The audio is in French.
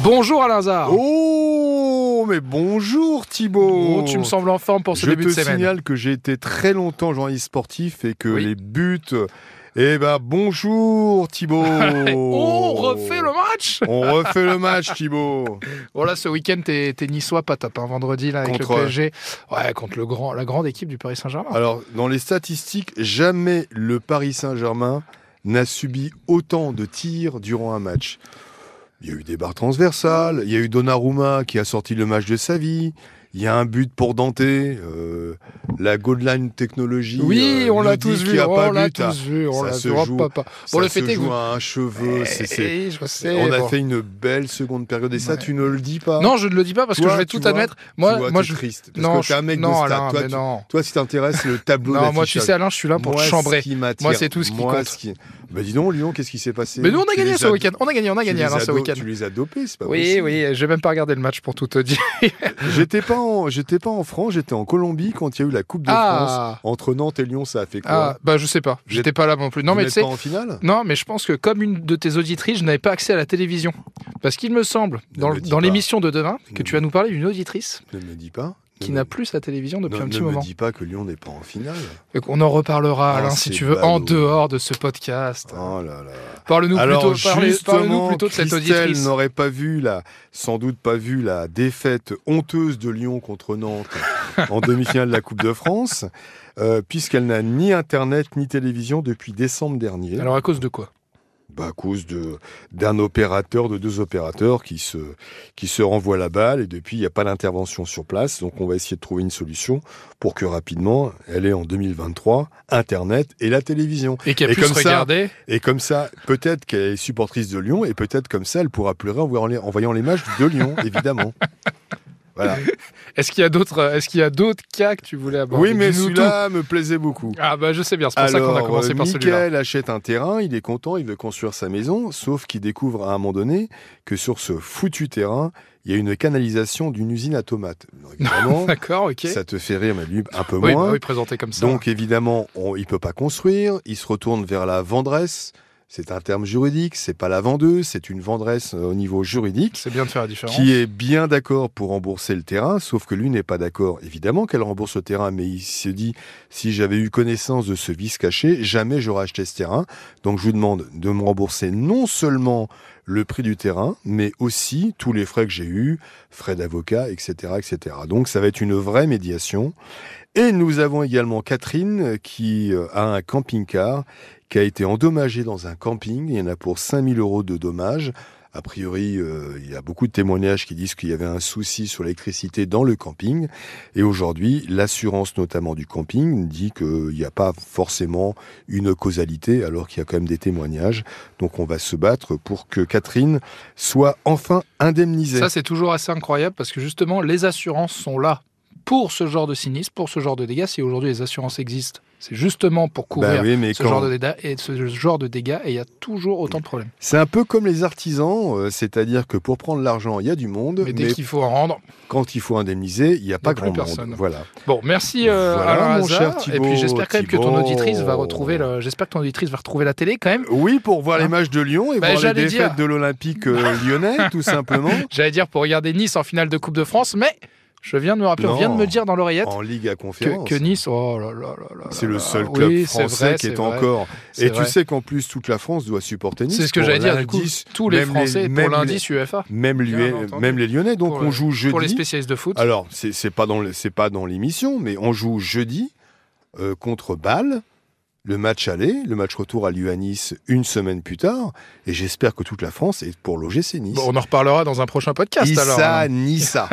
Bonjour Alain Zard. Oh, mais bonjour Thibaut Oh, tu me sembles en forme pour ce Je début te de semaine. signale que j'ai été très longtemps journaliste sportif et que Oui. les buts... Eh ben, bonjour Thibaut Eh, On Oh. refait le match On refait le match, Thibaut Bon là, ce week-end, t'es t'es niçois pas top, hein, vendredi là, avec Contre- Ah le PSG. Ouais, contre le grand, la grande équipe du Paris Saint-Germain. Alors, dans les statistiques, jamais le Paris Saint-Germain n'a subi autant de tirs durant un match. Il y a eu des barres transversales, il y a eu Donnarumma qui a sorti le match de sa vie, il y a un but pour Dante, euh, la goal line technologie. Oui, euh, on l'a nous dit tous qu'il y vu, Oh, a pas on l'a but, tous vu, on ça l'a se vu. Oh, joue. papa. ça le se fait est que joue vous- à un cheveu, c'est- c'est- Eh, je sais, on a bon. fait une belle seconde période et ça Ouais. tu ne le dis pas. Non, je ne le dis pas parce que Toi, je vais tu tout vois, admettre. Tu Moi, vois, moi t'es je. triste parce Non, que t'es je- un mec non, de stade. Alain, Toi, mais tu- non. toi, si t'intéresse, c'est le tableau Non, moi, tu d'affichage. sais, Alain, je suis là Hein, pour Moi, te chambrer. ce qui m'attire, Moi, c'est tout ce qui moi, compte. ce qui- Bah, dis donc, Lyon, qu'est-ce qui s'est passé Mais nous, on a Tu gagné les ce as- week-end. On a gagné, on a tu gagné, les Alain, as ce do- week-end. Tu les as dopés, c'est pas Oui, possible. oui, j'ai même pas regardé le match pour tout te dire. J'étais pas en, j'étais pas en France, j'étais en Colombie quand il y a eu la Coupe de France. Ah, Entre Nantes et Lyon, ça a fait ah, quoi bah je sais pas. Vous J'étais pas là non plus. Non, Vous mais tu n'êtes sais, pas en finale Non, mais je pense que comme une de tes auditrices, je n'avais pas accès à la télévision. Parce qu'il me semble, Ne dans, me le- dis dans pas. l'émission de demain, Ne que me- tu vas nous parler d'une auditrice Ne me dis pas. Ne qui me- n'a plus sa télévision depuis ne- un petit Ne moment. me dis pas que Lyon n'est pas en finale. Et On en reparlera, Ah, Alain, si c'est tu veux, en ballot. dehors de ce podcast. Oh là là. Parle-nous plutôt, Alors parlez- parle-nous justement, plutôt de cette Christelle auditrice. n'aurait pas vu la, sans doute pas vu la défaite honteuse de Lyon contre Nantes en demi-finale de la Coupe de France, euh, puisqu'elle n'a ni internet ni télévision depuis décembre dernier. Alors, à cause de quoi Bah, à cause de d'un opérateur, de deux opérateurs qui se qui se renvoient la balle et depuis il n'y a pas d'intervention sur place. Donc on va essayer de trouver une solution pour que rapidement elle ait en 2023 internet et la télévision. Et qui a Et pu comme se ça- regarder Et comme ça, peut-être qu'elle est supportrice de Lyon, et peut-être comme ça, elle pourra pleurer en voyant les, en voyant les matchs de Lyon, évidemment. Voilà. Eh Est-ce qu'il y a d'autres Est-ce qu'il y a d'autres cas que tu voulais aborder Oui, mais ben, Dis-nous celui-là me plaisait beaucoup. tout. Ah, bah je sais bien, c'est pour ça qu'on a Alors, commencé euh, par celui-là. Michael achète un terrain, il est content, il veut construire sa maison, sauf qu'il découvre à un moment donné que sur ce foutu terrain, il y a une canalisation d'une usine à tomates. Donc, évidemment, D'accord, ok. ça te fait rire, mais lui, un peu Oui, moins. bah oui, présenté comme ça. Donc évidemment, on, il peut pas construire, il se retourne vers la vendresse. C'est un terme juridique, c'est pas la vendeuse, c'est une vendresse euh, au niveau juridique c'est bien de faire la différence. qui est bien d'accord pour rembourser le terrain, sauf que lui n'est pas d'accord évidemment qu'elle rembourse le terrain, mais il se dit si j'avais eu connaissance de ce vice caché, jamais j'aurais acheté ce terrain. Donc je vous demande de me rembourser non seulement le prix du terrain, mais aussi tous les frais que j'ai eus, frais d'avocat, etc., etc. Donc ça va être une vraie médiation. Et nous avons également Catherine euh, qui euh, a un camping-car qui a été endommagé dans un camping. Il y en a pour 5000 euros de dommages. A priori, euh, il y a beaucoup de témoignages qui disent qu'il y avait un souci sur l'électricité dans le camping. Et aujourd'hui, l'assurance notamment du camping dit qu'il n'y a pas forcément une causalité alors qu'il y a quand même des témoignages. Donc on va se battre pour que Catherine soit enfin indemnisée. Ça, c'est toujours assez incroyable parce que justement, les assurances sont là pour ce genre de sinistre, pour ce genre de dégâts. Si aujourd'hui les assurances existent, c'est justement pour Bah couvrir oui, mais ce, quand- genre de dégâts, et ce genre de dégâts et il y a toujours autant de problèmes. C'est un peu comme les artisans, euh, c'est-à-dire que pour prendre l'argent, il y a du monde, Mais mais, dès qu'il faut en rendre. quand il faut indemniser, il n'y a pas plus grand personne. monde. Voilà. Bon, merci euh, Voilà, Alain mon Hazard. cher Thibaut, et puis j'espère quand même que ton Thibaut. auditrice va retrouver le... j'espère que ton auditrice va retrouver la télé quand même. Oui, pour voir Hein les matchs de Lyon et Bah, voir j'allais les défaites dire. de l'Olympique euh, lyonnais, tout simplement. J'allais dire pour regarder Nice en finale de Coupe de France, mais je viens de me rappeler, on Non. vient de me dire dans l'oreillette En Ligue à que, conférence. que Nice, oh là là là là C'est là le là. seul Oui, club c'est français vrai, qui c'est est, vrai. encore. C'est Et tu vrai. sais qu'en plus, toute la France doit supporter Nice. C'est ce que pour j'allais dire, du coup, l'indice, tous les même Français pour même l'indice UEFA. les- Même, Bien les- entendu. même les Lyonnais. Donc Pour le- on joue jeudi. Pour les spécialistes de foot. Alors, c'est c'est pas dans le- c'est pas dans l'émission, mais on joue jeudi euh, contre Bâle. Le match aller, le match retour a lieu à Nice une semaine plus tard, et j'espère que toute la France est pour l'OGC Nice. hein. hein. Bon, on en reparlera dans un prochain podcast alors. Issa, Nissa.